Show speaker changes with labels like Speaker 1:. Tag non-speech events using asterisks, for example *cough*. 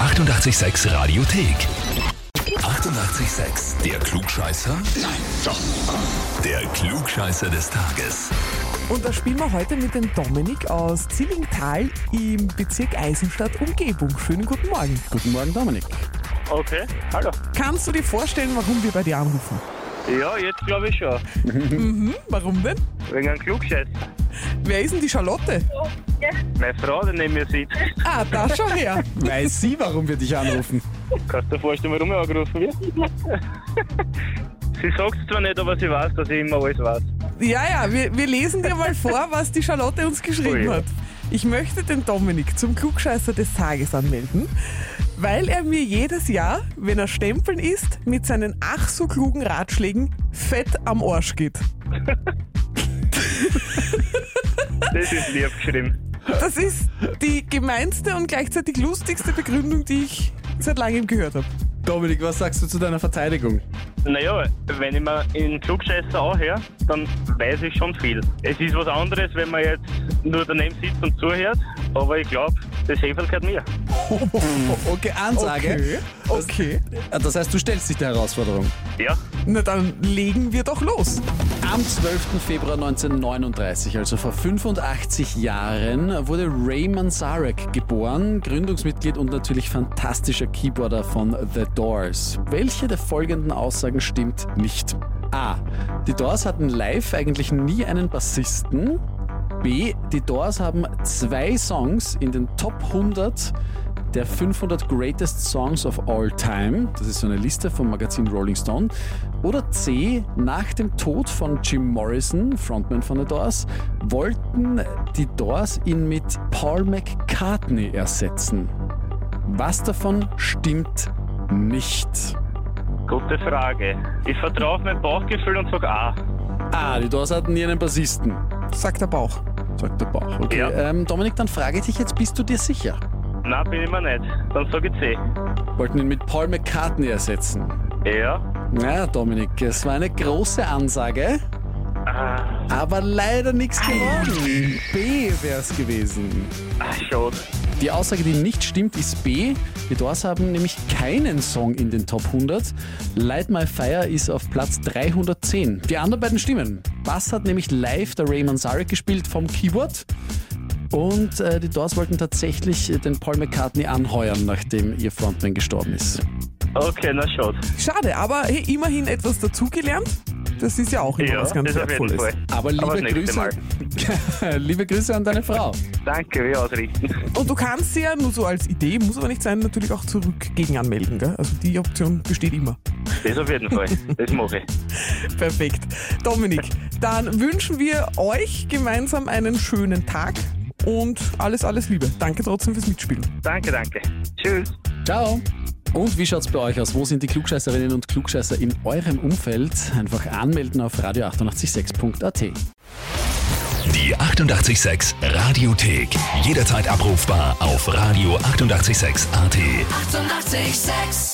Speaker 1: 886 Radiothek. 88,6. Der Klugscheißer? Nein, doch. Der Klugscheißer des Tages.
Speaker 2: Und da spielen wir heute mit dem Dominik aus Zillingtal im Bezirk Eisenstadt Umgebung. Schönen guten Morgen.
Speaker 3: Guten Morgen, Dominik.
Speaker 4: Okay, hallo.
Speaker 2: Kannst du dir vorstellen, warum wir bei dir anrufen?
Speaker 4: Ja, jetzt glaube ich schon.
Speaker 2: Warum denn?
Speaker 4: Wegen einem Klugscheiß.
Speaker 2: Wer ist denn die Charlotte?
Speaker 4: Meine Frau, die neben mir sitzt.
Speaker 2: Ah, da schau her.
Speaker 3: Weiß sie, warum wir dich anrufen?
Speaker 4: Kannst du dir vorstellen, warum ich angerufen wird? *laughs* sie sagt es zwar nicht, aber sie weiß, dass ich immer alles weiß.
Speaker 2: Ja, ja, wir, wir lesen dir mal vor, was die Charlotte uns geschrieben
Speaker 4: Ui.
Speaker 2: hat. Ich möchte den Dominik zum Klugscheißer des Tages anmelden, weil er mir jedes Jahr, wenn er stempeln ist, mit seinen ach so klugen Ratschlägen fett am Arsch geht.
Speaker 4: Das ist lieb geschrieben.
Speaker 2: Das ist die gemeinste und gleichzeitig lustigste Begründung, die ich seit langem gehört habe.
Speaker 3: Dominik, was sagst du zu deiner Verteidigung?
Speaker 4: Naja, wenn ich mir einen Klugscheißer anhöre, dann weiß ich schon viel. Es ist was anderes, wenn man jetzt nur daneben sitzt und zuhört, aber ich glaube, das Heferl gehört mir.
Speaker 3: Okay, Ansage.
Speaker 2: Okay.
Speaker 3: Das heißt, du stellst dich der Herausforderung.
Speaker 4: Ja,
Speaker 2: Na dann legen wir doch los.
Speaker 3: Am 12. Februar 1939, also vor 85 Jahren, wurde Ray Manzarek geboren, Gründungsmitglied und natürlich fantastischer Keyboarder von The Doors. Welche der folgenden Aussagen stimmt nicht? A. Die Doors hatten live eigentlich nie einen Bassisten. B. Die Doors haben zwei Songs in den Top 100 der 500 Greatest Songs of All Time. Das ist so eine Liste vom Magazin Rolling Stone. Oder C. Nach dem Tod von Jim Morrison, Frontman von The Doors, wollten die Doors ihn mit Paul McCartney ersetzen. Was davon stimmt nicht?
Speaker 4: gute Frage. Ich vertraue auf mein Bauchgefühl und sage A.
Speaker 3: Ah, die Doors hatten nie einen Bassisten,
Speaker 2: Sagt der Bauch.
Speaker 3: sagt der Bauch. Okay.
Speaker 4: Ja.
Speaker 3: Ähm, Dominik, dann frage ich dich jetzt, bist du dir sicher?
Speaker 4: Nein, bin ich mir nicht. Dann sage ich C.
Speaker 3: Wollten ihn mit Paul McCartney ersetzen.
Speaker 4: Ja,
Speaker 3: Ja, Dominik, es war eine große Ansage,
Speaker 4: ah,
Speaker 3: aber leider nichts geworden. B wäre es gewesen.
Speaker 4: ah, schade.
Speaker 3: Die Aussage, die nicht stimmt, ist B. Die Doors haben nämlich keinen Song in den Top 100. Light My Fire ist auf Platz 310. Die anderen beiden stimmen. Bass hat nämlich live der Ray Manzarek gespielt vom Keyboard. Und äh, die Doors wollten tatsächlich äh, den Paul McCartney anheuern, nachdem ihr Frontman gestorben ist.
Speaker 4: Okay, na schade.
Speaker 2: Schade, aber hey, immerhin etwas dazugelernt. Das ist ja auch immer
Speaker 4: Ja,
Speaker 2: was ganz
Speaker 4: das auf jeden
Speaker 2: Wertvolles.
Speaker 4: Fall.
Speaker 3: Aber liebe
Speaker 4: das nächste
Speaker 3: Grüße.
Speaker 4: Mal.
Speaker 3: Äh, liebe Grüße an deine Frau.
Speaker 4: Danke, wir *laughs* ausrichten.
Speaker 2: Und du kannst sie ja nur so als Idee, muss aber nicht sein, natürlich auch zurück gegen anmelden. Gell? Also die Option besteht immer.
Speaker 4: Das auf jeden Fall. Das mache ich.
Speaker 2: Perfekt. Dominik, dann wünschen wir euch gemeinsam einen schönen Tag und alles, alles Liebe. Danke trotzdem fürs Mitspielen.
Speaker 4: Danke, danke. Tschüss.
Speaker 3: Ciao. Und wie schaut's bei euch aus? Wo sind die Klugscheißerinnen und Klugscheißer in eurem Umfeld? Einfach anmelden auf radio886.at.
Speaker 1: Die 88,6 Radiothek. Jederzeit abrufbar auf radio886.at. 88,6.
Speaker 5: Eighty-eight, sex.